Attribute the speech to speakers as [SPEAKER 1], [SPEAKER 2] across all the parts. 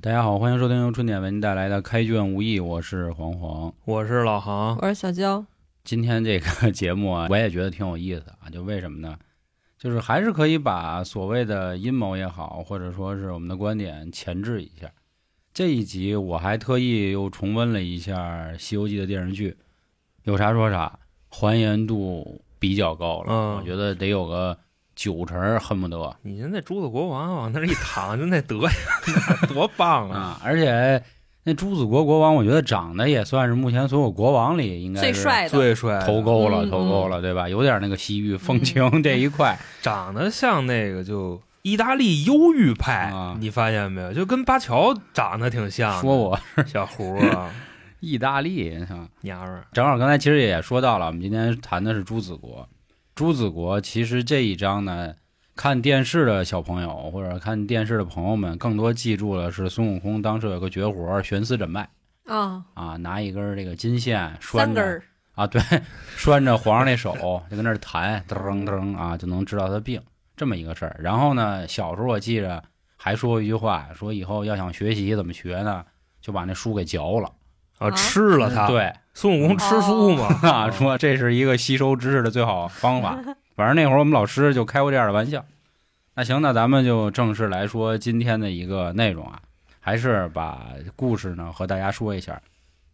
[SPEAKER 1] 大家好，欢迎收听由春点为您带来的《开卷无益》，我是黄黄。
[SPEAKER 2] 我是老航，
[SPEAKER 3] 我是小娇，
[SPEAKER 1] 今天这个节目啊，我 也觉得挺有意思啊，就为什么呢？就是还是可以把所谓的阴谋也好，或者说是我们的观点前置一下。这一集我还特意又重温了一下《西游记》的电视剧，有啥说啥，还原度比较高了，
[SPEAKER 2] 嗯
[SPEAKER 1] 我觉得得有个九成儿恨不得。
[SPEAKER 2] 你现在珠子国王往那儿一躺，就那德呀， 多棒啊！
[SPEAKER 1] 啊，而且那朱子国国王，我觉得长得也算是目前所有国王里应该
[SPEAKER 3] 最
[SPEAKER 1] 是
[SPEAKER 3] 帅的，
[SPEAKER 2] 最帅的，
[SPEAKER 1] 啊头够了，
[SPEAKER 3] 嗯
[SPEAKER 1] 头够了，对吧？有点那个西域风情这一块，
[SPEAKER 2] 长得像那个就意大利忧郁派，
[SPEAKER 1] 啊
[SPEAKER 2] 你发现没有？就跟巴乔长得挺像的。
[SPEAKER 1] 说我
[SPEAKER 2] 小胡 啊，
[SPEAKER 1] 意大利啊，
[SPEAKER 2] 娘们儿，
[SPEAKER 1] 正好刚才其实也说到了，我们今天谈的是朱子国。朱子国其实这一章呢，看电视的小朋友或者看电视的朋友们，更多记住了是孙悟空当时有个绝活悬丝诊脉
[SPEAKER 3] 啊，
[SPEAKER 1] 啊，拿一根这个金线
[SPEAKER 3] 三
[SPEAKER 1] 拴
[SPEAKER 3] 根
[SPEAKER 1] 着
[SPEAKER 3] 儿，
[SPEAKER 1] 啊，对，拴着皇上那手就跟那儿弹，噔噔啊，就能知道他病这么一个事儿。然后呢，小时候我记着还说过一句话，说以后要想学习怎么学呢，就把那书给嚼了。
[SPEAKER 2] 啊，
[SPEAKER 3] 啊
[SPEAKER 2] 吃了他。，
[SPEAKER 1] 对，
[SPEAKER 2] 孙悟空吃书嘛，
[SPEAKER 1] 啊，说这是一个吸收知识的最好方法。反正那会儿我们老师就开过这样的玩笑。那行，那咱们就正式来说今天的一个内容啊，还是把故事呢和大家说一下。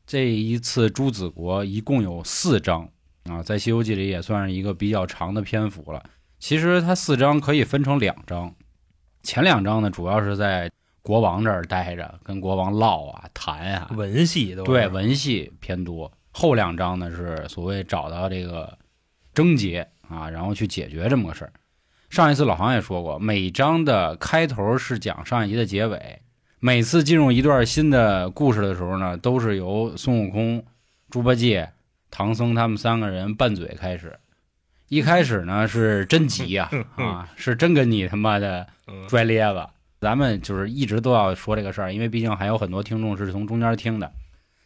[SPEAKER 1] 这一次朱子国一共有四章啊，在《西游记》里也算是一个比较长的篇幅了。其实它四章可以分成两章，前两章呢主要是在国王这儿待着，跟国王唠啊、谈啊，
[SPEAKER 2] 文戏都是
[SPEAKER 1] 对，文戏偏多。后两章呢是所谓找到这个症结啊，然后去解决这么个事儿。上一次老航也说过，每章的开头是讲上一集的结尾，每次进入一段新的故事的时候呢，都是由孙悟空、猪八戒、唐僧他们三个人拌嘴开始。一开始呢是真急呀、啊，是真跟你他妈的
[SPEAKER 2] 嗯
[SPEAKER 1] 拽咧子。咱们就是一直都要说这个事儿，因为毕竟还有很多听众是从中间听的，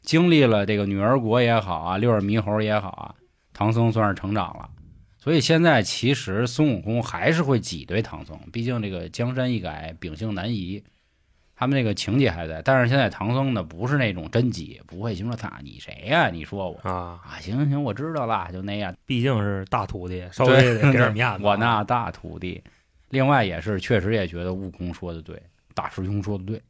[SPEAKER 1] 经历了这个女儿国也好啊，六耳猕猴也好啊，唐僧算是成长了。所以现在其实孙悟空还是会挤兑唐僧，毕竟这个江山易改，秉性难移，他们这个情节还在。但是现在唐僧呢，不是那种真挤，不会心说他你谁呀、你说我
[SPEAKER 2] 啊，
[SPEAKER 1] 啊，行行行，我知道啦，就那样。
[SPEAKER 2] 毕竟是大徒弟，稍微得给点面子。啊
[SPEAKER 1] 我？那大徒弟，另外也是确实也觉得悟空说的对，大师兄说的对。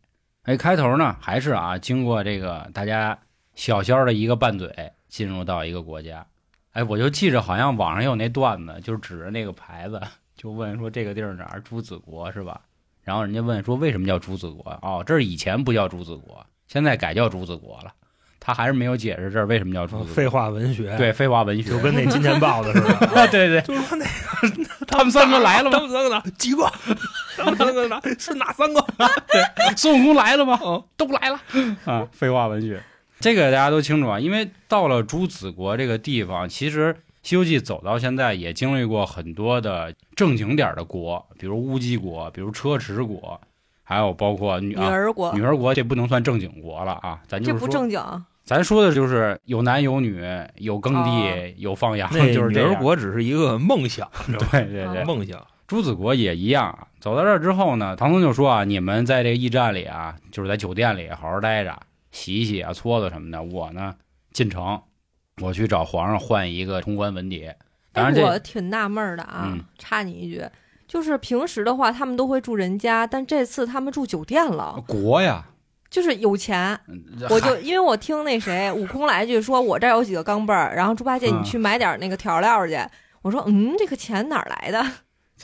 [SPEAKER 1] 哎，开头呢还是啊，经过这个大家小小的一个拌嘴，进入到一个国家。哎，我就记着好像网上有那段子，就是指着那个牌子就问说这个地儿哪儿？朱子国是吧？然后人家问说为什么叫朱子国？哦，这是以前不叫朱子国，现在改叫朱子国了。他还是没有解释这儿为什么叫朱子国。
[SPEAKER 2] 啊废话文学，，
[SPEAKER 1] 对，哦废话文学
[SPEAKER 2] 就跟那金钱豹子似的。
[SPEAKER 1] 啊，对对，
[SPEAKER 2] 就说那
[SPEAKER 1] 他们三个来了吗？
[SPEAKER 2] 们三个哪？几个？他们三个哪？是哪三个？
[SPEAKER 1] 孙悟空来了吗？
[SPEAKER 2] 嗯
[SPEAKER 1] 都来了哦啊！废话文学，这个大家都清楚啊。因为到了朱子国这个地方，其实《西游记》走到现在也经历过很多的正经点儿的国，比如乌鸡国，比如车迟国，还有包括女
[SPEAKER 3] 女
[SPEAKER 1] 啊
[SPEAKER 3] 儿国
[SPEAKER 1] 女，儿国，这不能算正经国了啊。咱
[SPEAKER 3] 这
[SPEAKER 1] 就是
[SPEAKER 3] 不
[SPEAKER 1] 说，
[SPEAKER 3] 正经啊，
[SPEAKER 1] 咱说的就是有男有女，有耕地
[SPEAKER 3] 哦，
[SPEAKER 1] 有放羊，
[SPEAKER 2] 那
[SPEAKER 1] 就是
[SPEAKER 2] 女
[SPEAKER 1] 这
[SPEAKER 2] 儿
[SPEAKER 1] 样。
[SPEAKER 2] 国只是一个 梦想，是吧
[SPEAKER 1] 对对对
[SPEAKER 3] 啊，
[SPEAKER 2] 梦想。
[SPEAKER 1] 朱子国也一样啊。走到这儿之后呢，唐僧就说啊：“你们在这个驿站里啊，就是在酒店里好好待着，洗洗啊、搓搓什么的。我呢进城，我去找皇上换一个通关文牒。当然
[SPEAKER 3] 哎
[SPEAKER 1] 这
[SPEAKER 3] 我挺纳闷儿的啊
[SPEAKER 1] 嗯，
[SPEAKER 3] 插你一句，就是平时的话，他们都会住人家，但这次他们住酒店了，
[SPEAKER 1] 国呀，
[SPEAKER 3] 就是有钱。我就因为我听那谁悟空来一句说，我这儿有几个钢镚儿，然后猪八戒
[SPEAKER 1] 嗯
[SPEAKER 3] 你去买点儿那个调料去。我说，嗯，这个钱哪儿来的？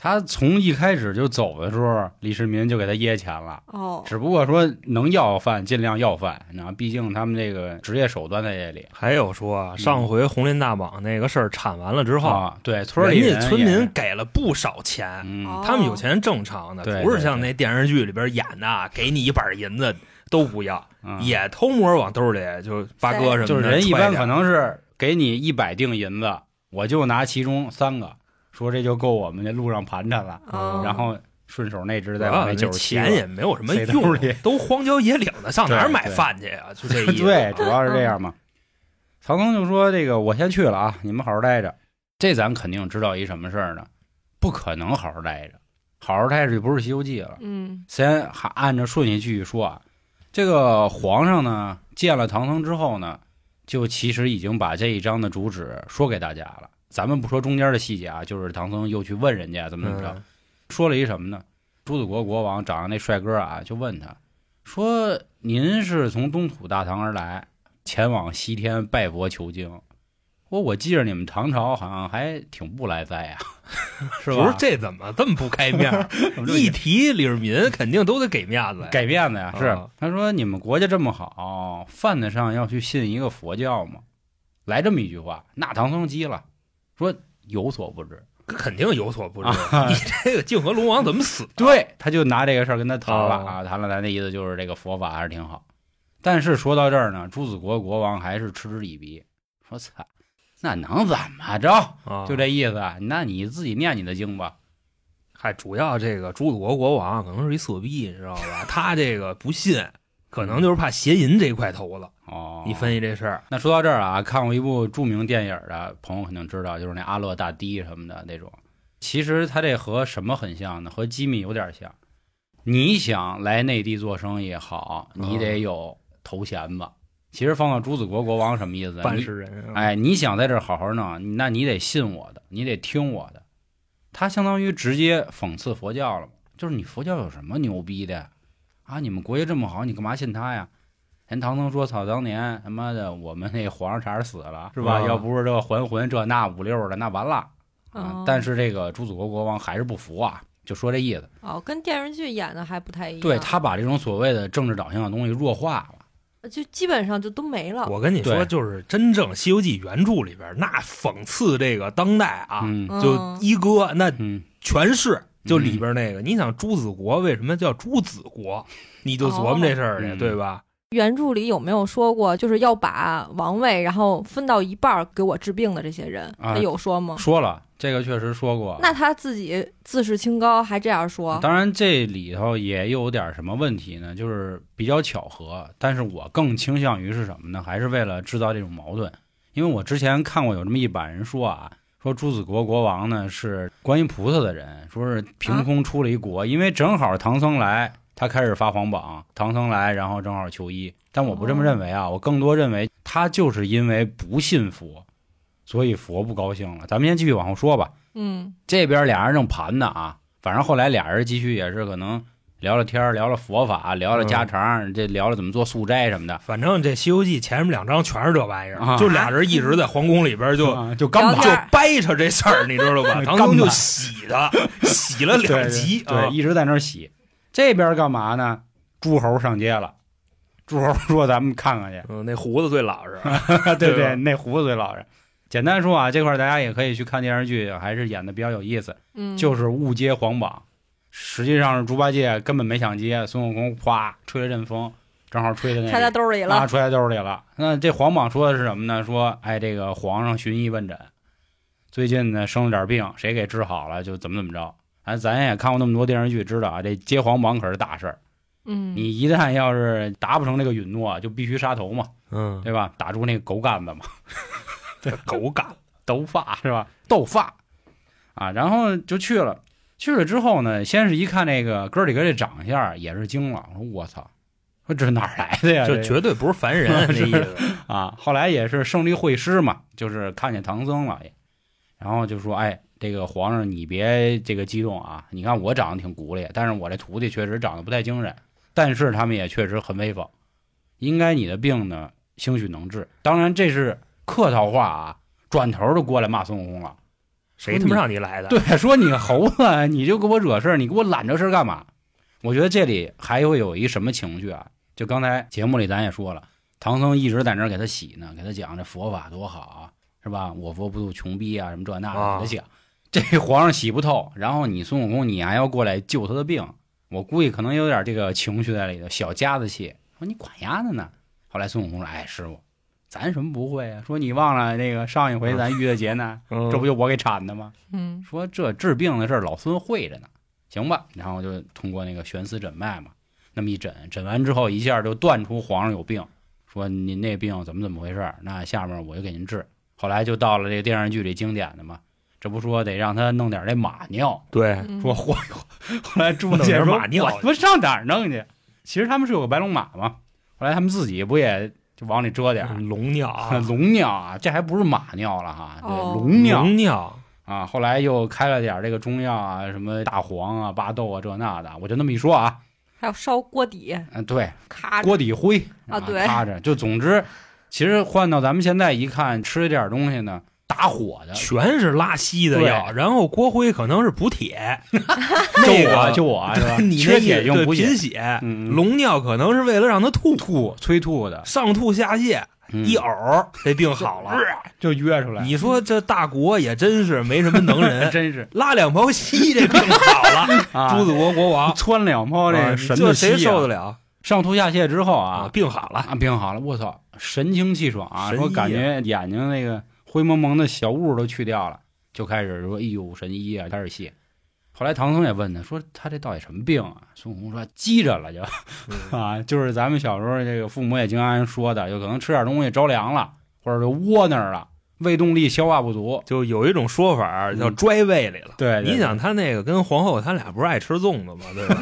[SPEAKER 1] 他从一开始就走的时候，李世民就给他掖钱了。”
[SPEAKER 3] 哦，
[SPEAKER 1] 只不过说能要饭尽量要饭，然后毕竟他们这个职业手段在这里。
[SPEAKER 2] 还有说啊，上回红林大绑那个事儿铲完了之后，
[SPEAKER 1] 嗯啊，对，村里
[SPEAKER 2] 人家
[SPEAKER 1] 人
[SPEAKER 2] 村
[SPEAKER 1] 也
[SPEAKER 2] 民
[SPEAKER 1] 是，
[SPEAKER 2] 给了不少钱，
[SPEAKER 1] 嗯，
[SPEAKER 3] 哦
[SPEAKER 2] 他们有钱正常的，
[SPEAKER 1] 对
[SPEAKER 2] 不是像那电视剧里边演的，啊给你一板银子都不要，
[SPEAKER 1] 嗯
[SPEAKER 2] 也偷摸往兜里就八哥什么的，
[SPEAKER 1] 就是人一
[SPEAKER 2] 揣
[SPEAKER 1] 般
[SPEAKER 2] 点
[SPEAKER 1] 可能是给你一百锭银子，我就拿其中三个，说这就够我们这路上盘缠了，
[SPEAKER 3] 哦
[SPEAKER 1] 然后顺手那只再
[SPEAKER 2] 啊
[SPEAKER 1] 往那
[SPEAKER 2] 这
[SPEAKER 1] 九十七
[SPEAKER 2] 钱也没有什么
[SPEAKER 1] 塞兜
[SPEAKER 2] 用
[SPEAKER 1] 里，
[SPEAKER 2] 都荒郊野岭的，上哪儿
[SPEAKER 1] 对
[SPEAKER 2] 买
[SPEAKER 1] 对
[SPEAKER 2] 饭去啊？就 这意思。
[SPEAKER 1] 对，主要是这样嘛。唐僧就说：“这个我先去了啊，你们好好待着。”这咱肯定知道一什么事儿呢？不可能好好待着，好好待着就不是《西游记》了。
[SPEAKER 3] 嗯，
[SPEAKER 1] 先还按照顺序继续说啊。这个皇上呢，见了唐僧之后呢，就其实已经把这一章的主旨说给大家了。咱们不说中间的细节啊，就是唐僧又去问人家怎么怎么着，
[SPEAKER 2] 嗯
[SPEAKER 1] 说了一什么呢？朱子国国王长得那帅哥啊，就问他说：“您是从东土大唐而来，前往西天拜佛求经。我我记着你们唐朝好像还挺不来塞呀、啊是
[SPEAKER 2] 不
[SPEAKER 1] 吧？
[SPEAKER 2] 是这怎么这么不开 面儿？
[SPEAKER 1] 怎么就
[SPEAKER 2] 一提李世民，肯定都得给面子呀。
[SPEAKER 1] 改变的呀，是
[SPEAKER 2] 啊
[SPEAKER 1] 他说你们国家这么好，犯得上要去信一个佛教吗？来这么一句话，那唐僧急了，说有所不知。
[SPEAKER 2] 肯定有所不知。
[SPEAKER 1] 啊
[SPEAKER 2] 你这个泾河龙王怎 么死？
[SPEAKER 1] 对，他就拿这个事儿跟他谈了
[SPEAKER 2] 啊
[SPEAKER 1] 啊，谈了谈的意思就是这个佛法还是挺好。但是说到这儿呢，朱子国国王还是嗤之以鼻，说：“操，那能怎么着？
[SPEAKER 2] 啊，
[SPEAKER 1] 就这意思啊，那你自己念你的经吧。
[SPEAKER 2] 嗨，主要这个朱子国国王可能是一色逼，你知 道吧？他这个不信，可能就是怕邪淫这一块头了。”
[SPEAKER 1] 哦，
[SPEAKER 2] 你分析这事儿，
[SPEAKER 1] 那说到这儿啊，看过一部著名电影的朋友肯定知道，就是那阿勒大堤什么的那种。其实它这和什么很像呢？和机密有点像。你想来内地做生意也好，你
[SPEAKER 2] 啊
[SPEAKER 1] 得有头衔吧？其实放到朱子国国王什么意思？
[SPEAKER 2] 办
[SPEAKER 1] 你
[SPEAKER 2] 事人，，
[SPEAKER 1] 哎，你想在这儿好好弄，那你得信我的，你得听我的。他相当于直接讽刺佛教了嘛，就是你佛教有什么牛逼的呀啊？你们国家这么好，你干嘛信他呀？人唐僧说：“操，当年他妈的我们那皇上差点死了，是吧？
[SPEAKER 2] 啊
[SPEAKER 1] 要不是这还魂这那五六的，那完了啊！”
[SPEAKER 3] 哦
[SPEAKER 1] 但是这个朱子国国王还是不服啊，就说这意思。
[SPEAKER 3] 哦，跟电视剧演的还不太一样，
[SPEAKER 1] 对他把这种所谓的政治导向的东西弱化了。
[SPEAKER 3] 就基本上就都没了。
[SPEAKER 2] 啊我跟你说，
[SPEAKER 1] 对
[SPEAKER 2] 就是真正《西游记》原著里边，那讽刺这个当代啊，
[SPEAKER 1] 嗯
[SPEAKER 2] 就一哥那
[SPEAKER 1] 嗯，
[SPEAKER 2] 全是。就里边那个，你想朱子国为什么叫朱子国？你就琢磨这事儿去，
[SPEAKER 1] 哦
[SPEAKER 2] 对吧？
[SPEAKER 3] 原著里有没有说过，就是要把王位然后分到一半儿给我治病的这些人，
[SPEAKER 1] 啊
[SPEAKER 3] 他有说吗？
[SPEAKER 1] 说了这个确实说过。
[SPEAKER 3] 那他自己自视清高还这样说，
[SPEAKER 1] 当然，这里头也有点什么问题呢？就是比较巧合，但是我更倾向于是什么呢？还是为了制造这种矛盾，因为我之前看过有这么一版人说啊，说朱子国国王呢是观音菩萨的人，说是凭空出了一国，因为正好唐僧来，他开始发黄榜，唐僧来，然后正好求医。但我不这么认为啊，我更多认为他就是因为不信佛，所以佛不高兴了。咱们先继续往后说吧。
[SPEAKER 3] 嗯，
[SPEAKER 1] 这边俩人正盘呢啊，反正后来俩人继续也是可能聊聊天儿，聊聊佛法，聊聊家常，这聊聊怎么做素斋什么的，
[SPEAKER 2] 反正这《西游记》前面两章全是这玩意儿，
[SPEAKER 1] 啊
[SPEAKER 2] 就俩人一直在皇宫里边就
[SPEAKER 1] 啊就
[SPEAKER 3] 聊
[SPEAKER 1] 干吧
[SPEAKER 3] 天
[SPEAKER 2] 就掰扯这事 儿，你知道吧？
[SPEAKER 1] 干
[SPEAKER 2] 唐僧就
[SPEAKER 1] 吧
[SPEAKER 2] 洗他， 洗了两集
[SPEAKER 1] 对，
[SPEAKER 2] 啊，
[SPEAKER 1] 一直在那儿洗。这边干嘛呢？诸侯上街了，诸侯说咱们看看去，
[SPEAKER 2] 嗯，那胡子最老实，
[SPEAKER 1] 对
[SPEAKER 2] 对吧
[SPEAKER 1] 那胡子最老实。简单说啊，这块儿大家也可以去看电视剧，还是演的比较有意思。
[SPEAKER 3] 嗯，
[SPEAKER 1] 就是误接皇榜，实际上是猪八戒根本没想接，孙悟空哗吹了阵风，正好吹的那
[SPEAKER 3] 揣
[SPEAKER 1] 里
[SPEAKER 3] 在兜里
[SPEAKER 1] 啊，
[SPEAKER 3] 了。
[SPEAKER 1] 揣在兜里了。那这皇榜说的是什么呢？说，哎，这个皇上寻医问诊，最近呢生了点病，谁给治好了就怎么怎么着。哎，咱也看过那么多电视剧，知道啊，这接皇榜可是大事儿。
[SPEAKER 3] 嗯，
[SPEAKER 1] 你一旦要是达不成这个允诺，就必须杀头嘛，
[SPEAKER 2] 嗯，
[SPEAKER 1] 对吧？打住那个狗杆子嘛，
[SPEAKER 2] 狗干
[SPEAKER 1] 斗发是吧？斗发啊，然后就去了。去了之后呢，先是一看那个哥儿几个这长相，也是惊了，说我操，说这哪儿来的呀？
[SPEAKER 2] 这
[SPEAKER 1] 个
[SPEAKER 2] 绝对不是凡人，这 意思。
[SPEAKER 1] 啊，后来也是胜利会师嘛，就是看见唐僧了，然后就说：“哎，这个皇上你别这个激动啊，你看我长得挺骨力，但是我这徒弟确实长得不太精神，但是他们也确实很威风，应该你的病呢，兴许能治。当然这是客套话啊，转头就过来骂孙悟空了，
[SPEAKER 2] 谁他妈让你来的？
[SPEAKER 1] 对，说你猴子，啊你就给我惹事儿，你给我揽这事儿干嘛？我觉得这里还会有一什么情绪啊？就刚才节目里咱也说了，唐僧一直在那儿给他洗呢，给他讲这佛法多好啊，是吧？我佛不渡穷逼啊，什么这那的，给他讲。这皇上洗不透，然后你孙悟空，你还要过来救他的病，我估计可能有点这个情绪在里头，小家子气。说你管丫的呢？后来孙悟空说：“哎，师傅，咱什么不会啊？说你忘了那个上一回咱遇的劫难，
[SPEAKER 2] 嗯，
[SPEAKER 1] 这不就我给铲的吗？”
[SPEAKER 3] 嗯
[SPEAKER 1] 说这治病的事儿老孙会着呢，行吧？然后就通过那个悬丝诊脉嘛，那么一诊，诊完之后一下就断出皇上有病，说您那病怎么怎么回事儿？那下面我就给您治。后来就到了这个电视剧里经典的嘛，这不说得让他弄点那马尿，
[SPEAKER 2] 对，
[SPEAKER 3] 嗯
[SPEAKER 1] 说嚯哟，后来猪
[SPEAKER 2] 弄
[SPEAKER 1] 姐
[SPEAKER 2] 点
[SPEAKER 1] 说
[SPEAKER 2] 马尿
[SPEAKER 1] 我他妈上哪儿弄去？其实他们是有个白龙马嘛，后来他们自己不也就往里遮点儿、
[SPEAKER 2] 龙尿啊，
[SPEAKER 1] 龙尿啊，这还不是马尿了哈，这
[SPEAKER 3] 哦
[SPEAKER 1] 龙尿
[SPEAKER 2] 龙尿，
[SPEAKER 1] 啊。后来又开了点儿这个中药啊，什么大黄啊、巴豆啊这那的，我就那么一说啊，
[SPEAKER 3] 还有烧锅底，
[SPEAKER 1] 嗯，对，
[SPEAKER 3] 咔，
[SPEAKER 1] 锅底灰
[SPEAKER 3] 啊对
[SPEAKER 1] 趴着，就总之，其实换到咱们现在一看，吃这点东西呢，打火的，
[SPEAKER 2] 全是拉稀的药，
[SPEAKER 1] 对
[SPEAKER 2] 然后锅灰可能是补铁，
[SPEAKER 1] 就
[SPEAKER 2] 那
[SPEAKER 1] 我
[SPEAKER 2] 个？
[SPEAKER 1] 就我是吧
[SPEAKER 2] 你
[SPEAKER 1] 哎缺
[SPEAKER 2] 那
[SPEAKER 1] 铁
[SPEAKER 2] 也
[SPEAKER 1] 用
[SPEAKER 2] 对
[SPEAKER 1] 补血
[SPEAKER 2] 贫，血，
[SPEAKER 1] 嗯，
[SPEAKER 2] 龙尿可能是为了让它吐，
[SPEAKER 1] 吐催吐的，
[SPEAKER 2] 上吐下泻，
[SPEAKER 1] 嗯
[SPEAKER 2] 一呕这病好了。
[SPEAKER 1] 就约出来，
[SPEAKER 2] 你说这大国也真是没什么能人，
[SPEAKER 1] 真 是
[SPEAKER 2] 拉两泡稀这病好 了，
[SPEAKER 1] 啊，
[SPEAKER 2] 朱子国国王，
[SPEAKER 1] 窜两泡这
[SPEAKER 2] 啊
[SPEAKER 1] 个神
[SPEAKER 2] 这
[SPEAKER 1] 的
[SPEAKER 2] 谁
[SPEAKER 1] 稀
[SPEAKER 2] 受得
[SPEAKER 1] 啊，
[SPEAKER 2] 了
[SPEAKER 1] 上吐下泻之后
[SPEAKER 2] 啊？
[SPEAKER 1] 啊，
[SPEAKER 2] 病好了，
[SPEAKER 1] 啊病好了，我操，神清气爽啊，
[SPEAKER 2] 神
[SPEAKER 1] 说
[SPEAKER 2] 医
[SPEAKER 1] 感
[SPEAKER 2] 啊
[SPEAKER 1] 觉眼睛那个灰蒙蒙的小雾都去掉了，就开始说哎呦神医啊，开始谢。后来唐僧也问他说他这到底什么病啊？孙悟空说积着了就。 啊，就是咱们小时候这个父母也经常说的，有可能吃点东西着凉了，或者就窝那儿了，胃动力消化不足。
[SPEAKER 2] 就有一种说法叫
[SPEAKER 1] 嗯
[SPEAKER 2] 拽胃里了。
[SPEAKER 1] 对
[SPEAKER 2] 你想他那个跟皇后，他俩不是爱吃粽子吗？对 吧？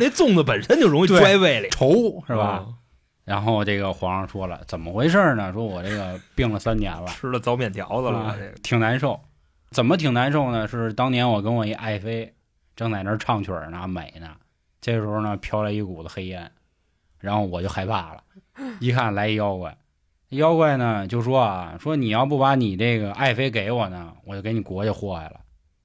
[SPEAKER 2] 那粽子本身就容易拽胃里，
[SPEAKER 1] 愁是吧？
[SPEAKER 2] 啊？
[SPEAKER 1] 然后这个皇上说了，怎么回事呢？说我这个病了三年了，
[SPEAKER 2] 吃了糟面条子了，
[SPEAKER 1] 啊
[SPEAKER 2] 这个
[SPEAKER 1] 挺难受。怎么挺难受呢？是当年我跟我一爱妃正在那儿唱曲儿呢，美呢。这时候呢，飘来一股子黑烟，然后我就害怕了。一看来一妖怪，妖怪呢就说啊，说你要不把你这个爱妃给我呢，我就给你国家祸害了。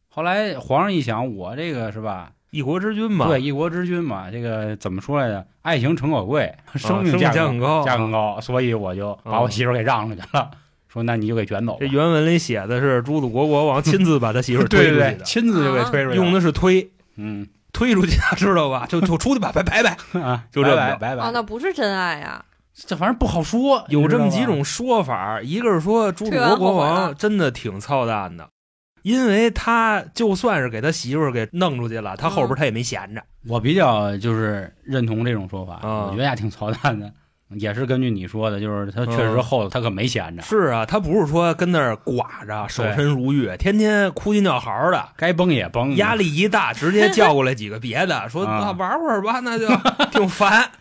[SPEAKER 1] 后来皇上一想，我这个是吧？
[SPEAKER 2] 一国之君嘛，啊
[SPEAKER 1] 对，一国之君嘛，这个怎么说来着？爱情诚可贵，
[SPEAKER 2] 啊
[SPEAKER 1] 生命
[SPEAKER 2] 命
[SPEAKER 1] 价
[SPEAKER 2] 价
[SPEAKER 1] 更
[SPEAKER 2] 很高。
[SPEAKER 1] 价更高，所以我就把我媳妇儿给让出去了。说那你就给卷走吧
[SPEAKER 2] 这，原文里写的是朱子国国王亲自把他媳妇儿推
[SPEAKER 1] 对
[SPEAKER 2] 出去
[SPEAKER 1] 对
[SPEAKER 2] 的
[SPEAKER 1] 对，，亲自就给推出去了，
[SPEAKER 2] 用的是推，
[SPEAKER 1] 嗯
[SPEAKER 2] 推出去的知道吧？就就出去吧，拜拜拜。
[SPEAKER 1] 啊，
[SPEAKER 2] 就这么
[SPEAKER 1] 拜
[SPEAKER 2] 着
[SPEAKER 1] 拜拜
[SPEAKER 3] 啊，
[SPEAKER 1] 拜，
[SPEAKER 3] 那不是真爱呀，
[SPEAKER 1] 这反正不好说，
[SPEAKER 2] 有这么几
[SPEAKER 1] 你知道吧，
[SPEAKER 2] 种说法，一个是说朱子国国王真的挺操蛋的，因为他就算是给他媳妇儿给弄出去了，他后边他也没闲着。
[SPEAKER 1] 我比较就是认同这种说法，
[SPEAKER 2] 啊
[SPEAKER 1] 我觉得呀挺操蛋的，也是根据你说的，就是他确实
[SPEAKER 2] 嗯
[SPEAKER 1] 后头他可没闲着，
[SPEAKER 2] 是啊，他不是说跟那儿寡着，守身如玉，天天哭鸡尿嚎的。
[SPEAKER 1] 该崩也崩，
[SPEAKER 2] 压力一大，直接叫过来几个别的，
[SPEAKER 1] 嗯
[SPEAKER 2] 说
[SPEAKER 1] 啊
[SPEAKER 2] 啊玩会儿吧，那就挺烦。
[SPEAKER 3] 哎，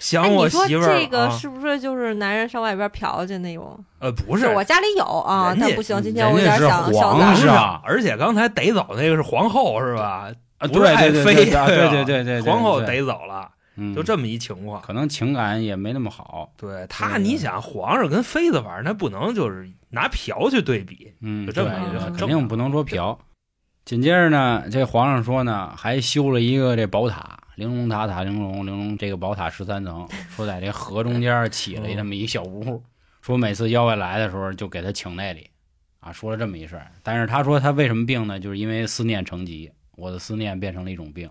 [SPEAKER 2] 想
[SPEAKER 3] 你
[SPEAKER 2] 我
[SPEAKER 3] 说
[SPEAKER 2] 媳妇儿
[SPEAKER 3] 这个
[SPEAKER 2] 啊，
[SPEAKER 3] 是不是就是男人上外边嫖去那种？
[SPEAKER 2] 呃，不
[SPEAKER 3] 是
[SPEAKER 2] 是
[SPEAKER 3] 我家里有啊，
[SPEAKER 2] 人家
[SPEAKER 3] 但不行，今天我有点
[SPEAKER 1] 嗯人家
[SPEAKER 3] 想
[SPEAKER 1] 是
[SPEAKER 3] 想
[SPEAKER 1] 皇
[SPEAKER 2] 不
[SPEAKER 3] 咱
[SPEAKER 1] 上
[SPEAKER 2] 是
[SPEAKER 1] 是啊
[SPEAKER 2] 而且刚才逮走那个是皇后是吧？
[SPEAKER 1] 啊
[SPEAKER 2] 不
[SPEAKER 1] 对
[SPEAKER 2] 是爱
[SPEAKER 1] 对对对
[SPEAKER 2] 妃，
[SPEAKER 1] 对啊对对对 对，对
[SPEAKER 2] 皇后，
[SPEAKER 1] 对
[SPEAKER 2] 逮走了，
[SPEAKER 1] 嗯
[SPEAKER 2] 就这么一情况。
[SPEAKER 1] 可能情感也没那么好，
[SPEAKER 2] 对他，
[SPEAKER 1] 对
[SPEAKER 2] 你想皇上跟妃子玩儿，那不能就是拿瓢去对比，
[SPEAKER 1] 嗯，
[SPEAKER 2] 就这么
[SPEAKER 1] 对
[SPEAKER 3] 一
[SPEAKER 1] 对
[SPEAKER 3] 个很
[SPEAKER 1] 肯
[SPEAKER 2] 正
[SPEAKER 1] 定
[SPEAKER 2] 常
[SPEAKER 1] 不能说嫖。紧接着呢，这皇上说呢，还修了一个这宝塔，玲珑塔塔玲珑玲珑，这个宝塔十三层，说在这河中间起了这么一小屋，说每次妖怪来的时候就给他请那里，啊，说了这么一事儿。但是他说他为什么病呢？就是因为思念成疾，我的思念变成了一种病，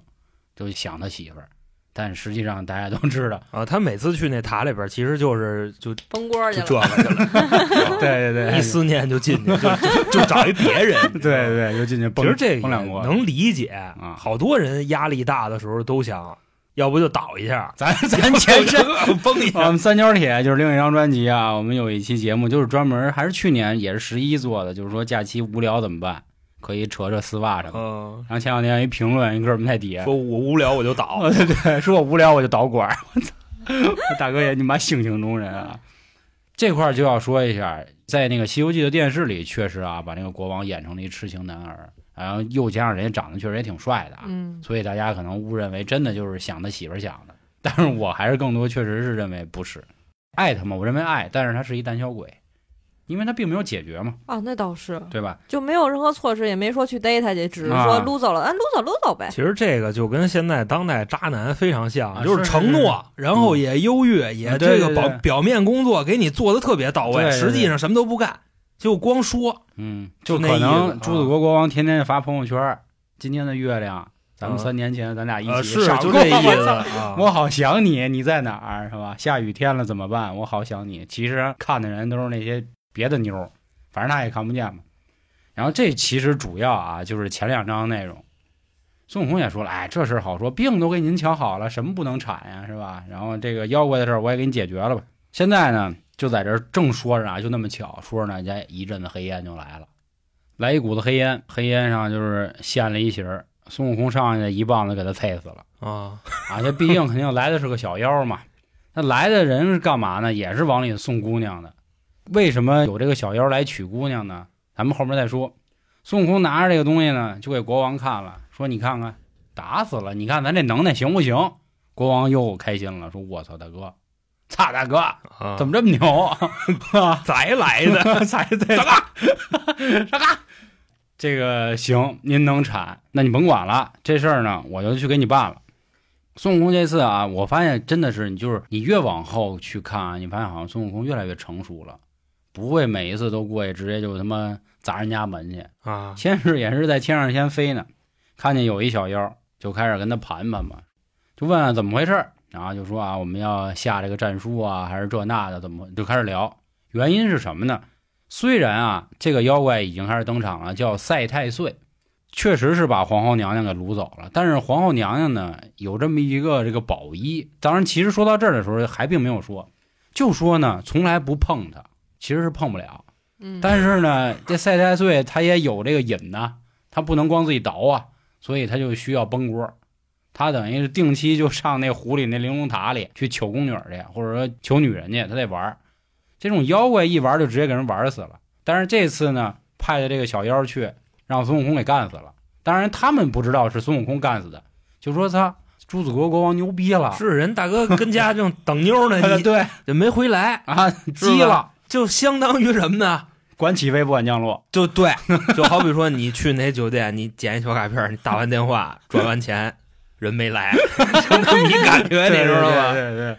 [SPEAKER 1] 就想他媳妇儿。但实际上大家都知道，
[SPEAKER 2] 啊。他每次去那塔里边儿，其实就是就就
[SPEAKER 3] 崩锅去
[SPEAKER 2] 这
[SPEAKER 3] 了。
[SPEAKER 2] 个去了， 啊
[SPEAKER 1] 对对
[SPEAKER 2] 一思念就进去，就就就找一别 人。
[SPEAKER 1] 对对，就进去
[SPEAKER 2] 其
[SPEAKER 1] 崩
[SPEAKER 2] 实这个啊
[SPEAKER 1] 崩两锅，
[SPEAKER 2] 能理解，好多人压力大的时候都想，要不就倒一下，
[SPEAKER 1] 咱咱前 身
[SPEAKER 2] 崩 一
[SPEAKER 1] 我
[SPEAKER 2] 下。
[SPEAKER 1] 们嗯三角铁就是另一张专辑啊，我们有一期节目就是专门还是去年也是十一做的，就是说假期无聊怎么办，可以扯扯丝袜什么的。
[SPEAKER 2] 嗯，
[SPEAKER 1] 然后前两天有一评论，一哥们在底下
[SPEAKER 2] 说我无聊我就倒，
[SPEAKER 1] 哦，对对，说我 无聊我就导管儿，我操，大哥也你妈性情中人啊！这块儿就要说一下，在那个《西游记》的电视里，确实啊，把那个国王演成了一痴情男儿，然后又加上人家长得确实也挺帅的啊，
[SPEAKER 3] 嗯，
[SPEAKER 1] 所以大家可能误认为真的就是想他媳妇儿想的，但是我还是更多确实是认为不是，爱他嘛，我认为爱，但是他是一胆小鬼，因为他并没有解决嘛，
[SPEAKER 3] 啊，那倒是，
[SPEAKER 1] 对吧？
[SPEAKER 3] 就没有任何措施，也没说去逮他去，只是说
[SPEAKER 1] 啊
[SPEAKER 3] 撸走了，啊，撸走撸走呗。
[SPEAKER 2] 其实这个就跟现在当代渣男非常
[SPEAKER 1] 啊
[SPEAKER 2] 像，就是
[SPEAKER 1] 是
[SPEAKER 2] 嗯
[SPEAKER 1] 是
[SPEAKER 2] 承诺，然后也优越，也
[SPEAKER 1] 对对
[SPEAKER 2] 这个表
[SPEAKER 1] 对
[SPEAKER 2] 表面工作给你做的特别到
[SPEAKER 1] 对
[SPEAKER 2] 位，
[SPEAKER 1] 对
[SPEAKER 2] 实际上什么都不干，就光说。
[SPEAKER 1] 嗯，
[SPEAKER 2] 就那
[SPEAKER 1] 可
[SPEAKER 2] 意思
[SPEAKER 1] 能
[SPEAKER 2] 啊
[SPEAKER 1] 朱子国国王天天发朋友圈儿，今天的月亮，咱们
[SPEAKER 2] 啊
[SPEAKER 1] 三年前咱俩一
[SPEAKER 2] 呃，
[SPEAKER 1] 起
[SPEAKER 2] 是
[SPEAKER 1] 上
[SPEAKER 2] 就
[SPEAKER 1] 过
[SPEAKER 2] 这意
[SPEAKER 1] 我
[SPEAKER 2] 思
[SPEAKER 1] 操
[SPEAKER 2] 啊。
[SPEAKER 1] 我好想你，你在哪儿是吧？下雨天了怎么办？我好想你。其实看的人都是那些别的妞儿，反正他也看不见嘛。然后这其实主要啊，就是前两章内容。孙悟空也说了，哎，这事儿好说，病都给您瞧好了，什么不能产呀，是吧？然后这个妖怪的事儿我也给你解决了吧。现在呢，就在这儿正说着啊，就那么巧，说着呢，家一阵子黑烟就来了，来一股子黑烟，黑烟上就是现了一形儿。孙悟空上去一棒子给他踩死了
[SPEAKER 2] 啊，
[SPEAKER 1] 啊！这毕竟肯定来的是个小妖嘛，那来的人是干嘛呢？也是往里送姑娘的。为什么有这个小妖来娶姑娘呢？咱们后面再说。孙悟空拿着这个东西呢，就给国王看了，说：“你看看，打死了！你看咱这能耐行不行？”国王又开心了，说：“我操，大哥，操大哥，
[SPEAKER 2] 啊
[SPEAKER 1] 怎么这么 牛？啊，
[SPEAKER 2] 才来 的？
[SPEAKER 1] 才对，大哥，大哥，这个行，您能产，那你甭管了，这事儿呢，我就去给你办了。孙悟空这次啊，我发现真的是你就是你越往后去看啊，你发现好像孙悟空越来越成熟了，不会每一次都过去直接就他妈砸人家门去。
[SPEAKER 2] 啊
[SPEAKER 1] 先是也是在天上先飞呢，看见有一小妖，就开始跟他盘盘嘛，就问、啊、怎么回事儿，然后就说啊，我们要下这个战书啊，还是这那的，怎么就开始聊？原因是什么呢？虽然啊，这个妖怪已经开始登场了，叫赛太岁，确实是把皇后娘娘给掳走了。但是皇后娘娘呢，有这么一个这个宝衣。当然，其实说到这儿的时候，还并没有说，就说呢，从来不碰她，其实是碰不了。
[SPEAKER 3] 嗯，
[SPEAKER 1] 但是呢，这赛太岁他也有这个瘾呐、他不能光自己倒啊，所以他就需要崩锅。他等于是定期就上那湖里那玲珑塔里去求宫女儿去，或者说求女人去，他得玩儿。这种妖怪一玩就直接给人玩死了。但是这次呢，派的这个小妖去让孙悟空给干死了。当然他们不知道是孙悟空干死的，就说他朱子国国王牛逼了，
[SPEAKER 2] 是人大哥跟家正等妞 呢，你
[SPEAKER 1] 对
[SPEAKER 2] 就没回来，
[SPEAKER 1] 啊，急了，
[SPEAKER 2] 就相当于什么呢？
[SPEAKER 1] 管起飞不管降 落，
[SPEAKER 2] 就对，就好比说你去哪酒店，你捡一小卡片，你打完电话转完钱，人没来，就那么一 感觉，你知道
[SPEAKER 1] 对
[SPEAKER 2] 吗？
[SPEAKER 1] 对对对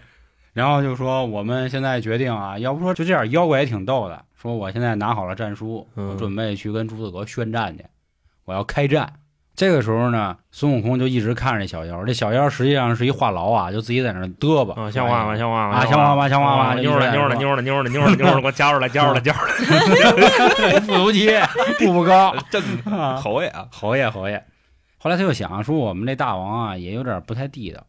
[SPEAKER 1] 然后就说我们现在决定啊，要不说就这样，妖怪也挺逗的。说我现在拿好了战书，
[SPEAKER 2] 嗯
[SPEAKER 1] 我准备去跟朱子格宣战去，我要开战。这个时候呢，孙悟空就一直看着这小妖，这小妖实际上是一话痨啊，就自己在那儿嘚吧，
[SPEAKER 2] 啊，像话吗？像话吗？
[SPEAKER 1] 啊像话吗像话吗
[SPEAKER 2] 妞儿了，妞儿了，妞儿了，妞儿了，妞儿了，妞儿了，给我夹出来，夹 出来，夹出来，
[SPEAKER 1] 不足七，步步高，
[SPEAKER 2] 这口味啊，
[SPEAKER 1] 侯爷侯爷。后来他就想说，我们这大王啊也有点不太地道，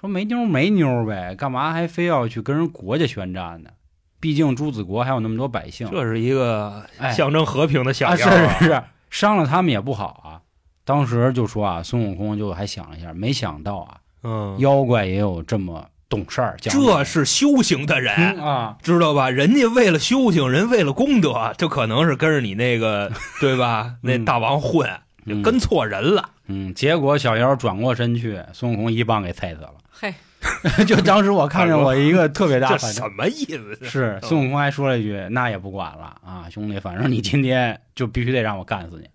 [SPEAKER 1] 说没妞儿没妞儿呗，干嘛还非要去跟人国家宣战呢？毕竟朱子国还有那么多百姓，
[SPEAKER 2] 这是一个
[SPEAKER 1] 嗯哎
[SPEAKER 2] 象征和平的小
[SPEAKER 1] 啊，
[SPEAKER 2] 样
[SPEAKER 1] 是
[SPEAKER 2] 儿啊
[SPEAKER 1] 是是，伤了他们也不好啊。当时就说啊，孙悟空就还想了一下，没想到啊，
[SPEAKER 2] 嗯，
[SPEAKER 1] 妖怪也有这么懂事儿，讲理
[SPEAKER 2] 这是修行的人
[SPEAKER 1] 嗯。啊，
[SPEAKER 2] 知道吧？人家为了修行，人为了功德，这可能是跟着你 那个对吧？那大王混，就
[SPEAKER 1] 嗯
[SPEAKER 2] 跟错人了。
[SPEAKER 1] 嗯，结果小妖转过身去，孙悟空一棒给踩死了。
[SPEAKER 3] 嘿，
[SPEAKER 1] 就当时我看见我一个特别大
[SPEAKER 2] 这
[SPEAKER 1] 啊反差
[SPEAKER 2] 什。么意思？
[SPEAKER 1] 是
[SPEAKER 2] 嗯
[SPEAKER 1] 孙悟空还说了一句：“那也不管了啊，兄弟，反正你今天就必须得让我干死你。”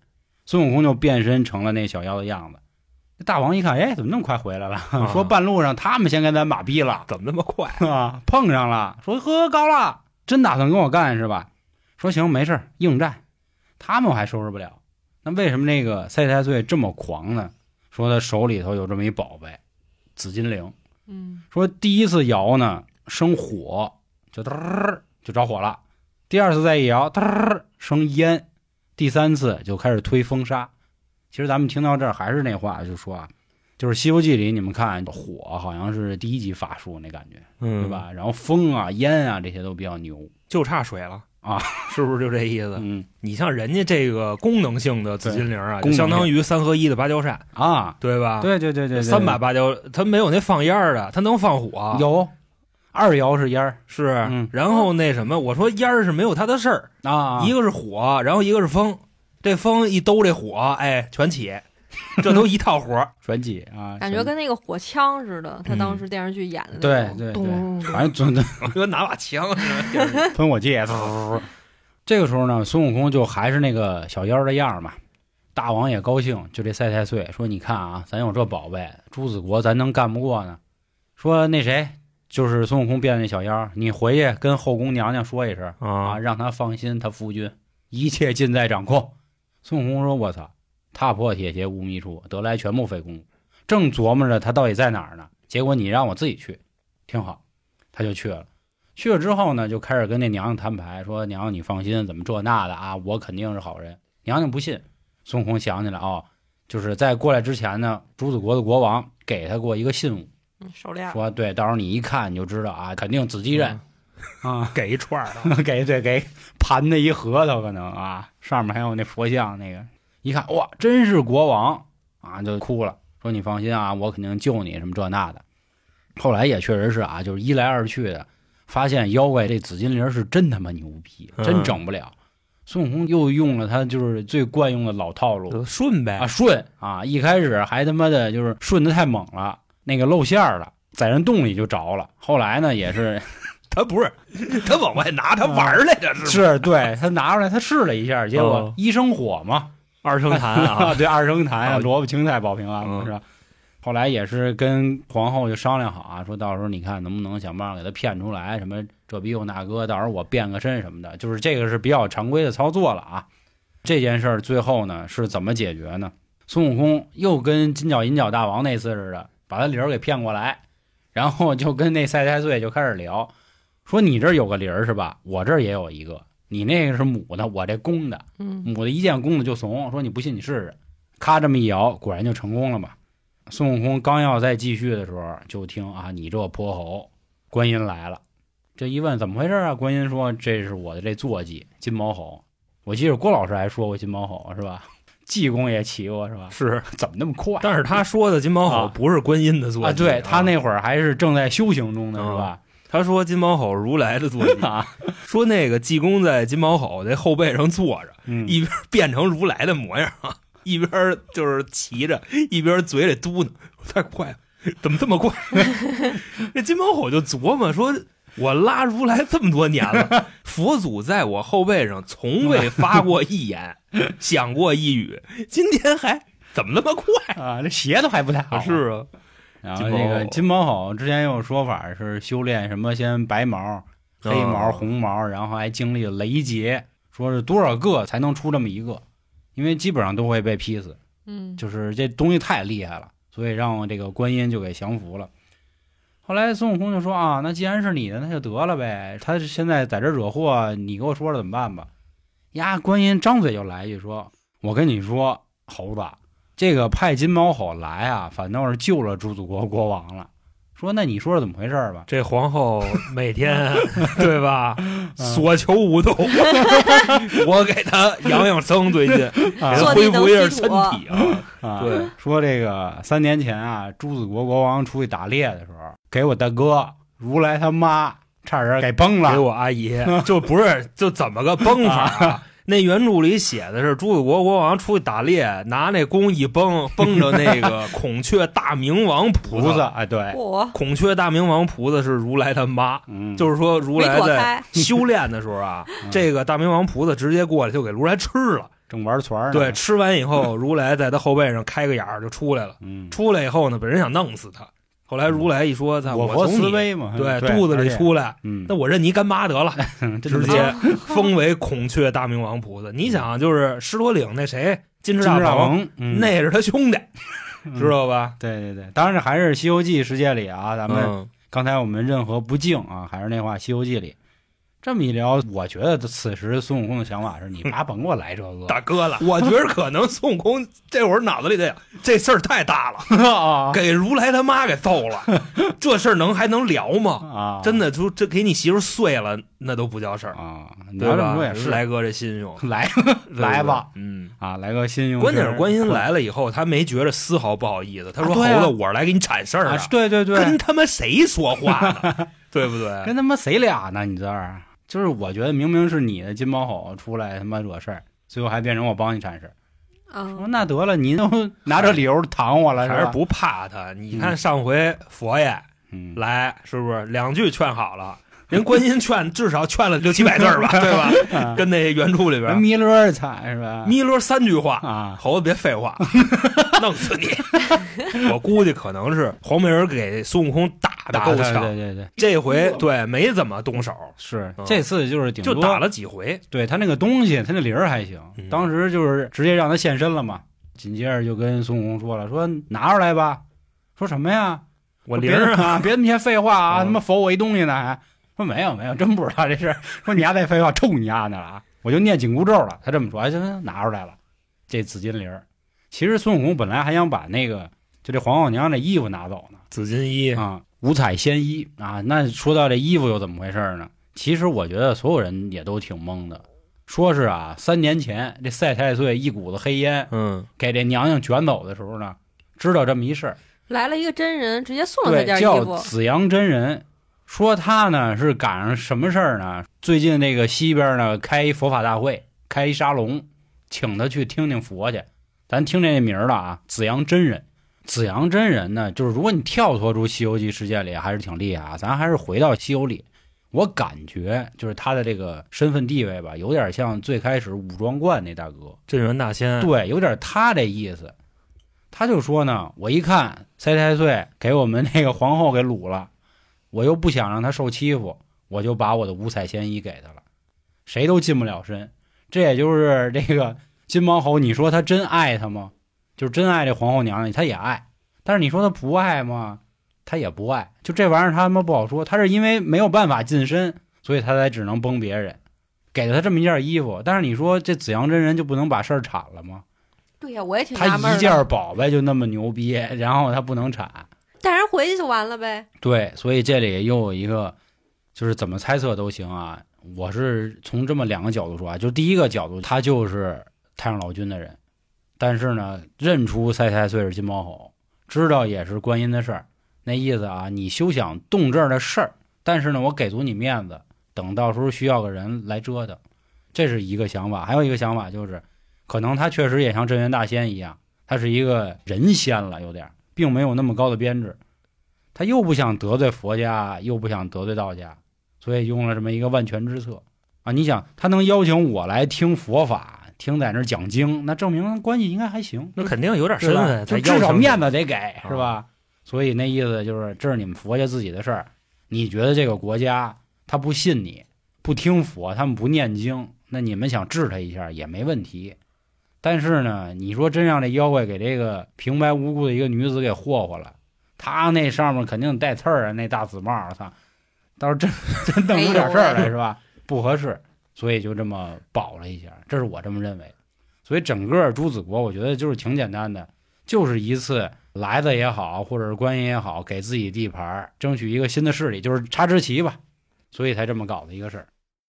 [SPEAKER 1] 孙悟空就变身成了那小妖的样子。那大王一看，哎，怎么那么快回来了？
[SPEAKER 2] 啊
[SPEAKER 1] 说半路上他们先跟咱把逼了，
[SPEAKER 2] 怎么那么快？
[SPEAKER 1] 啊，碰上了，说呵高了，真打算跟我干是吧？说行，没事儿，应战。他们我还收拾不了，那为什么那个赛太岁这么狂呢？说他手里头有这么一宝贝，紫金铃。
[SPEAKER 3] 嗯，
[SPEAKER 1] 说第一次摇呢生火，就嘚儿就着火了；第二次再一摇，嘚儿生烟；第三次就开始推风沙。其实咱们听到这儿还是那话，就说啊，就是《西游记》里你们看火好像是第一级法术那感觉，对
[SPEAKER 2] 嗯？
[SPEAKER 1] 吧？然后风啊、烟啊这些都比较牛。
[SPEAKER 2] 就差水了
[SPEAKER 1] 啊，
[SPEAKER 2] 是不是就这意思？
[SPEAKER 1] 嗯
[SPEAKER 2] 你像人家这个功能性的紫金铃啊，
[SPEAKER 1] 对
[SPEAKER 2] 就相当于三合一的芭蕉扇，
[SPEAKER 1] 啊，
[SPEAKER 2] 对吧？
[SPEAKER 1] 对对对对对，
[SPEAKER 2] 三把芭蕉，它没有那放烟儿的，它能放火，
[SPEAKER 1] 有二摇是烟儿
[SPEAKER 2] 是。
[SPEAKER 1] 嗯
[SPEAKER 2] 然后那什么，我说烟儿是没有它的事儿，
[SPEAKER 1] 啊，
[SPEAKER 2] 一个是火，然后一个是风，这风一兜这火，哎，全起，这都一套 活儿
[SPEAKER 1] 传奇啊，
[SPEAKER 3] 感觉跟那个火枪似的，他当时电视剧演的那
[SPEAKER 1] 嗯
[SPEAKER 3] 种哦
[SPEAKER 1] 对对对
[SPEAKER 3] 咚
[SPEAKER 1] 反正总
[SPEAKER 2] 我说拿把枪，
[SPEAKER 1] 喷火 器。
[SPEAKER 2] 啊
[SPEAKER 1] 嗖这个时候呢，孙悟空就还是那个小妖的样儿嘛。大王也高兴，就这赛太岁说：“你看啊，咱有这宝贝，朱子国咱能干不过呢。”说那谁，就是孙悟空变的那小妖，你回去跟后宫娘娘说一声啊，
[SPEAKER 2] 啊，
[SPEAKER 1] 让她放心，她夫君一切尽在掌控。 孙悟空说：“我操，踏破铁鞋无觅处，得来全不费工夫。”正琢磨着他到底在哪儿呢，结果你让我自己去，挺好，他就去了。去了之后呢，就开始跟那娘娘摊牌，说：“娘娘，你放心，怎么这那的啊，我肯定是好人。”娘娘不信。孙悟空想起来哦，就是在过来之前呢，朱子国的国王给他过一个信物，
[SPEAKER 3] 嗯手链儿，
[SPEAKER 1] 说：“对，到时候你一看你就知道啊，肯定紫
[SPEAKER 2] 一
[SPEAKER 1] 鸡人啊。”
[SPEAKER 2] 嗯给一串儿 的，
[SPEAKER 1] 给对给盘的一核桃，可能啊，上面还有那佛像那个，一看哇，真是国王啊，就哭了，说你放心啊，我肯定救你什么这那的。后来也确实是啊，就是一来二去的，发现妖怪这紫金铃是真他妈牛逼，真整不了。孙悟空又用了他就是最惯用的老套路
[SPEAKER 2] 就顺呗
[SPEAKER 1] 啊，顺啊，一开始还他妈的就是顺的太猛了，那个露馅儿了，在人洞里就着了。后来呢，也是
[SPEAKER 2] 他不是他往外拿，他玩儿来着，是吗
[SPEAKER 1] 是对他拿出来，他试了一下，结果
[SPEAKER 2] 哦
[SPEAKER 1] 一生火嘛，
[SPEAKER 2] 二生坛 啊，
[SPEAKER 1] 对，二生坛啊，
[SPEAKER 2] 哦
[SPEAKER 1] 萝卜青菜保平安嘛，
[SPEAKER 2] 嗯
[SPEAKER 1] 是吧？后来也是跟皇后就商量好啊，说到时候你看能不能想办法给他骗出来，什么这逼又那哥，到时候我变个身什么的，就是这个是比较常规的操作了啊。这件事儿最后呢是怎么解决呢？孙悟空又跟金角银角大王那次似的，把他铃儿给骗过来，然后就跟那赛太岁就开始聊，说你这儿有个铃儿是吧？我这儿也有一个，你那个是母的，我这公的。
[SPEAKER 3] 嗯，
[SPEAKER 1] 母的一见公的就怂，说你不信你试试，咔这么一摇，果然就成功了嘛。孙悟空刚要再继续的时候，就听啊，你这泼猴，观音来了。这一问怎么回事啊？观音说这是我的这坐骑金毛猴。我记得郭老师还说过金毛猴是吧？济公也骑过是吧？
[SPEAKER 2] 是，
[SPEAKER 1] 怎么那么快？
[SPEAKER 2] 但是他说的金毛
[SPEAKER 1] 啊
[SPEAKER 2] 猴不是观音的坐骑
[SPEAKER 1] 啊，对他
[SPEAKER 2] 啊
[SPEAKER 1] 那会儿还是正在修行中呢是吧？，
[SPEAKER 2] 他说金毛吼如来的坐 骑
[SPEAKER 1] 啊，
[SPEAKER 2] 说那个济公在金毛吼那后背上坐着，
[SPEAKER 1] 嗯
[SPEAKER 2] 一边变成如来的模样，一边就是骑着，一边嘴里嘟囔：“太快了，怎么这么快？” 这金毛吼就琢磨说。我拉如来这么多年了，佛祖在我后背上从未发过一言，想过一语，今天还怎么那么快？
[SPEAKER 1] 啊，这鞋都还不太 好。
[SPEAKER 2] 是啊，
[SPEAKER 1] 然后这个金毛猴之前有说法是修炼什么先白毛、黑毛、
[SPEAKER 2] 哦
[SPEAKER 1] 红毛，然后还经历了雷劫，说是多少个才能出这么一个，因为基本上都会被劈死，
[SPEAKER 3] 嗯，
[SPEAKER 1] 就是这东西太厉害了，所以让这个观音就给降服了。后来孙悟空就说啊，那既然是你的，那就得了呗。他现在在这惹祸，你给我说了怎么办吧？呀，观音张嘴就来一句说：“我跟你说，猴子，这个派金毛吼来啊，反倒是救了朱祖国国王了。说那你说说怎么回事儿吧？
[SPEAKER 2] 这皇后每天对吧，
[SPEAKER 1] 嗯
[SPEAKER 2] 所求无度， 我给她养养生，最近给
[SPEAKER 1] 啊
[SPEAKER 2] 她恢复一下身体啊。
[SPEAKER 1] 啊，
[SPEAKER 2] 对，
[SPEAKER 1] 说这个三年前啊，朱子国国王出去打猎的时候，给我大哥如来他妈差点给崩
[SPEAKER 2] 给
[SPEAKER 1] 了。
[SPEAKER 2] 我阿姨，就不是就怎么个崩法啊？那原著里写的是朱子国国王出去打猎，拿那弓一崩，崩着那 个孔雀大明王菩
[SPEAKER 1] 菩
[SPEAKER 2] 萨。
[SPEAKER 1] 萨，哎，对，
[SPEAKER 3] 我
[SPEAKER 2] 孔雀大明王菩萨是如来他妈，
[SPEAKER 1] 嗯，
[SPEAKER 2] 就是是说如
[SPEAKER 3] 没
[SPEAKER 2] 来
[SPEAKER 3] 躲
[SPEAKER 2] 在
[SPEAKER 3] 开，
[SPEAKER 2] 修炼的时候啊，这个大明王菩萨直接过来就给如来吃了。
[SPEAKER 1] 正玩船呢。
[SPEAKER 2] 对，，吃完以后，如来在他后背上开个眼儿就出来了。
[SPEAKER 1] 嗯，
[SPEAKER 2] 出来以后呢，本人想弄死他，后来如来一说，他
[SPEAKER 1] 我佛
[SPEAKER 2] 从
[SPEAKER 1] 慈
[SPEAKER 2] 你
[SPEAKER 1] 悲嘛，
[SPEAKER 2] 对肚子里，出来，
[SPEAKER 1] 嗯
[SPEAKER 2] 那，我认你干 妈得了，
[SPEAKER 1] 嗯真
[SPEAKER 2] 直
[SPEAKER 1] 的
[SPEAKER 3] 啊
[SPEAKER 2] 接封为孔雀大明王菩萨。你想，啊就是狮驼岭那谁
[SPEAKER 1] 金
[SPEAKER 2] 金翅
[SPEAKER 1] 翅大
[SPEAKER 2] 鹏，
[SPEAKER 1] 鹏，嗯
[SPEAKER 2] 那是他兄弟，
[SPEAKER 1] 嗯
[SPEAKER 2] 知道吧？
[SPEAKER 1] 对对对，当然还是《西游记》世界里啊，咱们
[SPEAKER 2] 嗯，
[SPEAKER 1] 刚才我们任何不敬啊，还是那话，《西游记》里这么一聊，我觉得此时孙悟空的想法是：你妈甭给我来这 个
[SPEAKER 2] 大哥了，我觉得可能孙悟空这会儿脑子里在想，这事儿太大了，
[SPEAKER 1] 啊
[SPEAKER 2] 给如来他妈给揍 了，这事儿能还能聊吗？
[SPEAKER 1] 啊，
[SPEAKER 2] 真的，就这给你媳妇儿碎了，那都不叫事儿。
[SPEAKER 1] 啊，你
[SPEAKER 2] 对
[SPEAKER 1] 要这么
[SPEAKER 2] 吧
[SPEAKER 1] 说也？是，
[SPEAKER 2] 来哥这心胸，
[SPEAKER 1] 来
[SPEAKER 2] 对
[SPEAKER 1] 来吧，
[SPEAKER 2] 对嗯。
[SPEAKER 1] 啊，来个新用。
[SPEAKER 2] 关键是观音来了以后，他没觉着丝毫不好意思，他说：“
[SPEAKER 1] 啊对啊
[SPEAKER 2] 猴子，我是来给你铲事儿
[SPEAKER 1] 啊
[SPEAKER 2] 的，，
[SPEAKER 1] 对对对，
[SPEAKER 2] 跟他妈谁说话 呢？对不对？
[SPEAKER 1] 跟他妈谁俩呢？你这儿就是我觉得明明是你的金毛吼出来他妈惹事儿，最后还变成我帮你铲事儿。我说
[SPEAKER 3] 嗯，
[SPEAKER 1] 那得了，您 都拿这理由搪我了，
[SPEAKER 2] 还是
[SPEAKER 1] 吧？
[SPEAKER 2] 不怕他？你
[SPEAKER 1] 嗯
[SPEAKER 2] 看上回佛爷
[SPEAKER 1] 嗯，
[SPEAKER 2] 来，是不是两句劝好了？ 人观音劝至少劝了六七百字 儿吧，对吧？跟那原著里
[SPEAKER 1] 人
[SPEAKER 2] 边
[SPEAKER 1] 啊弥勒儿惨是吧？
[SPEAKER 2] 弥勒三句话，
[SPEAKER 1] 啊，
[SPEAKER 2] 猴子别 废话，弄死你！我估计可能是黄眉儿给孙悟空打的
[SPEAKER 1] 打
[SPEAKER 2] 够
[SPEAKER 1] 他
[SPEAKER 2] 呛，
[SPEAKER 1] 对对对，
[SPEAKER 2] 这回对没怎么动手，
[SPEAKER 1] 是
[SPEAKER 2] 嗯
[SPEAKER 1] 这次就是顶多
[SPEAKER 2] 就打了几回。
[SPEAKER 1] 对他那个东西，他那铃儿还行，
[SPEAKER 2] 嗯
[SPEAKER 1] 当时就是直接让他现身了嘛。紧接着就跟孙悟空说了，说拿出来吧，说什么呀？
[SPEAKER 2] 我
[SPEAKER 1] 别
[SPEAKER 2] 铃儿
[SPEAKER 1] 啊，别那么些废话啊，
[SPEAKER 2] 嗯
[SPEAKER 1] 他妈否我一东西呢还。说没有没有，真不知道这事儿。说你丫再废话，抽你丫的了啊！我就念紧箍咒了。他这么说，哎，行行，拿出来了，这紫金铃儿。其实孙悟空本来还想把那个就这皇后娘这衣服拿走呢。
[SPEAKER 2] 紫金衣，
[SPEAKER 1] 啊，五彩仙衣啊。那说到这衣服又怎么回事呢？其实我觉得所有人也都挺懵的。说是啊，三年前这赛太岁一股子黑烟
[SPEAKER 2] 嗯，
[SPEAKER 1] 给这娘娘卷走的时候呢，知道这么一事儿，
[SPEAKER 3] 来了一个真人，直接送了
[SPEAKER 1] 对，
[SPEAKER 3] 他件衣
[SPEAKER 1] 叫
[SPEAKER 3] 服。
[SPEAKER 1] 紫阳真人，说他呢是赶上什么事儿呢？最近这个西边呢开一佛法大会，开一沙龙，请他去听听佛去。咱听这名儿了啊，紫阳真人。紫阳真人呢，就是如果你跳脱出《西游记》世界里，还是挺厉害啊。咱还是回到西游里，我感觉就是他的这个身份地位吧，有点像最开始武装观那大哥。
[SPEAKER 2] 镇元大仙，
[SPEAKER 1] 对，有点他这意思。他就说呢，我一看三太岁给我们那个皇后给掳了，我又不想让她受欺负，我就把我的五彩仙衣给她了，谁都近不了身。这也就是这个金毛猴，你说他真爱她吗？就是真爱这皇后娘娘，他也爱，但是你说他不爱吗？他也不爱。就这玩意儿，他他妈不好说。他是因为没有办法近身，所以他才只能崩别人。给了他这么一件衣服，但是你说这紫阳真人就不能把事儿铲了吗？
[SPEAKER 3] 对呀、我也挺
[SPEAKER 1] 他
[SPEAKER 3] 纳闷
[SPEAKER 1] 一
[SPEAKER 3] 儿的。
[SPEAKER 1] 件宝贝就那么牛逼，然后他不能铲，
[SPEAKER 3] 带人回去就完了呗。
[SPEAKER 1] 对，所以这里又有一个，就是怎么猜测都行啊。我是从这么两个角度说啊，就第一个角度，他就是太上老君的人，但是呢，认出赛太岁是金毛猴，知道也是观音的事儿，那意思啊，你休想动这儿的事儿，但是呢，我给足你面子，等到时候需要个人来折腾，这是一个想法。还有一个想法就是，可能他确实也像镇元大仙一样，他是一个人仙了，有点儿，并没有那么高的编制。他又不想得罪佛家，又不想得罪道家，所以用了这么一个万全之策啊！你想，他能邀请我来听佛法，听在那儿讲经，那证明关系应该还行，
[SPEAKER 2] 那肯定有点身
[SPEAKER 1] 是吧
[SPEAKER 2] 份，
[SPEAKER 1] 就
[SPEAKER 2] 才
[SPEAKER 1] 至少面
[SPEAKER 2] 子。
[SPEAKER 1] 子得给，是吧？所以那意思就是，这是你们佛家自己的事儿，你觉得这个国家他不信你，不听佛，他们不念经，那你们想治他一下也没问题。但是呢，你说真让这妖怪给这个平白无故的一个女子给霍霍了，他那上面肯定带刺儿啊，那大紫帽儿，操，到时候真真弄出点事儿
[SPEAKER 3] 哎呦
[SPEAKER 1] 来是吧？不合适，所以就这么保了一下，这是我这么认为。所以整个朱子国，我觉得就是挺简单的，就是一次来的也好，或者是观音也好，给自己地盘儿争取一个新的势力，就是插支旗吧，所以才这么搞的一个事儿。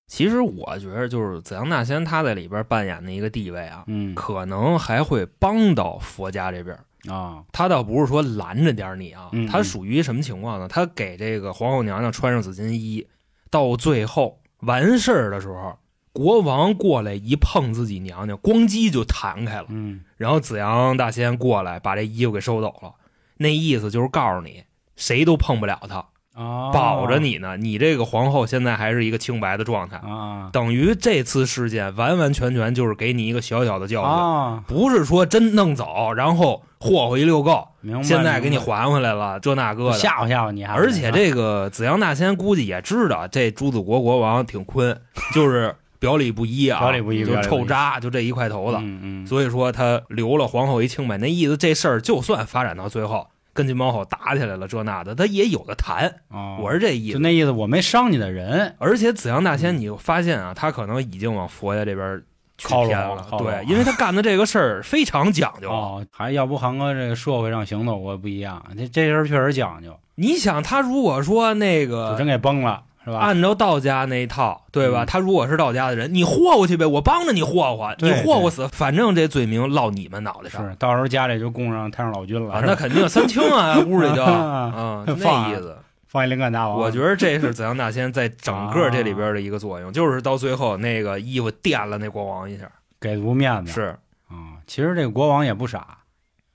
[SPEAKER 2] 其实我觉得，就是紫阳大仙他在里边扮演的一个地位啊，
[SPEAKER 1] 嗯
[SPEAKER 2] 可能还会帮到佛家这边。
[SPEAKER 1] 啊，
[SPEAKER 2] 他倒不是说拦着点儿你啊
[SPEAKER 1] 嗯，
[SPEAKER 2] 他属于什么情况呢？他给这个皇后娘娘穿上紫金衣，到最后完事儿的时候，国王过来一碰自己娘娘，咣叽就弹开了。
[SPEAKER 1] 嗯
[SPEAKER 2] 然后紫阳大仙过来把这衣服给收走了，那意思就是告诉你，谁都碰不了他，
[SPEAKER 1] 啊，
[SPEAKER 2] 保着你呢。你这个皇后现在还是一个清白的状态，
[SPEAKER 1] 啊
[SPEAKER 2] 等于这次事件完完全全就是给你一个小小的教训，
[SPEAKER 1] 啊，
[SPEAKER 2] 不是说真弄走，然后霍霍一溜够，
[SPEAKER 1] 明白。
[SPEAKER 2] 现在给你
[SPEAKER 1] 明白
[SPEAKER 2] 还回来了，这那个的。
[SPEAKER 1] 吓啊唬吓唬你还，
[SPEAKER 2] 而且这个紫阳大仙估计也知道这朱子国国王挺坤，就是表里不一啊，
[SPEAKER 1] 表里不一
[SPEAKER 2] 就
[SPEAKER 1] 表里不一
[SPEAKER 2] 臭渣，就这一块头子。
[SPEAKER 1] 嗯嗯，
[SPEAKER 2] 所以说他留了皇后一清白，那意思这事儿就算发展到最后跟金毛猴打起来了，这那的，他也有的谈。
[SPEAKER 1] 哦
[SPEAKER 2] 我是这意
[SPEAKER 1] 就
[SPEAKER 2] 思。
[SPEAKER 1] 那意思，我没伤你的人，
[SPEAKER 2] 而且紫阳大仙，
[SPEAKER 1] 嗯
[SPEAKER 2] 你发现啊，他可能已经往佛爷这边去
[SPEAKER 1] 靠拢
[SPEAKER 2] 偏
[SPEAKER 1] 了靠拢了
[SPEAKER 2] 对，因为他干的这个事儿非常讲究。
[SPEAKER 1] 哦，还要不韩哥这个社会上行走过不一样，这这人确实讲究，
[SPEAKER 2] 你想，他如果说那
[SPEAKER 1] 就
[SPEAKER 2] 个
[SPEAKER 1] 真给崩了，是吧？
[SPEAKER 2] 呃按照道家那一套，对吧？
[SPEAKER 1] 嗯
[SPEAKER 2] 他如果是道家的人，你霍霍去呗，我帮着你霍霍，你
[SPEAKER 1] 对
[SPEAKER 2] 霍霍死，反正这罪名落你们脑袋上
[SPEAKER 1] 是，到时候家里就供上太上老君了，
[SPEAKER 2] 啊，
[SPEAKER 1] 是吧
[SPEAKER 2] 那肯定三清啊，屋里就
[SPEAKER 1] 啊
[SPEAKER 2] 啊，
[SPEAKER 1] 放啊
[SPEAKER 2] 那意思。
[SPEAKER 1] 放一灵感大王，
[SPEAKER 2] 我觉得这是紫阳大仙在整个这里边的一个作用，就是到最后那个衣服电了那国王一下，
[SPEAKER 1] 给足面子
[SPEAKER 2] 是
[SPEAKER 1] 啊、其实这个国王也不傻，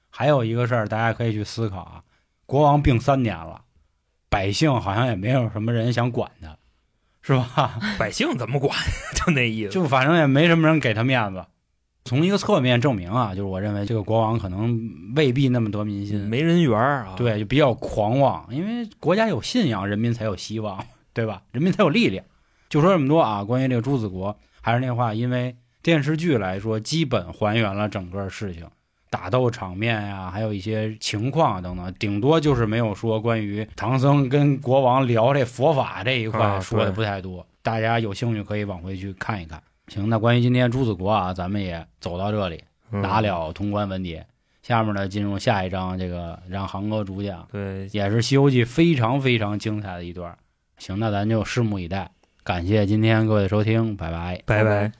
[SPEAKER 1] 还有一个事儿大家可以去思考啊，国王病三年了，百姓好像也没有什么人想管他，是吧？
[SPEAKER 2] 百姓怎么管， 就那意思。
[SPEAKER 1] 就反正也没什么人给他面子。从一个侧面证明啊，就是我认为这个国王可能未必那么得民心，
[SPEAKER 2] 没人缘儿啊，，
[SPEAKER 1] 对，就比较狂妄，因为国家有信仰，人民才有希望，对吧？人民才有力量。就说这么多啊，关于这个朱子国，还是那话，因为电视剧来说，基本还原了整个事情，打斗场面呀、还有一些情况啊等等，顶多就是没有说关于唐僧跟国王聊这佛法这一块
[SPEAKER 2] 啊
[SPEAKER 1] 说的
[SPEAKER 2] 对
[SPEAKER 1] 不太多，大家有兴趣可以往回去看一看。行，那关于今天朱子国啊，咱们也走到这里，
[SPEAKER 2] 嗯
[SPEAKER 1] 拿。了通关文牒。下面呢，进入下一章，这个让航哥主讲，
[SPEAKER 2] 对，
[SPEAKER 1] 也是《西游记》非常非常精彩的一段。行，那咱就拭目以待。感谢今天各位的收听，拜拜。
[SPEAKER 2] 拜拜。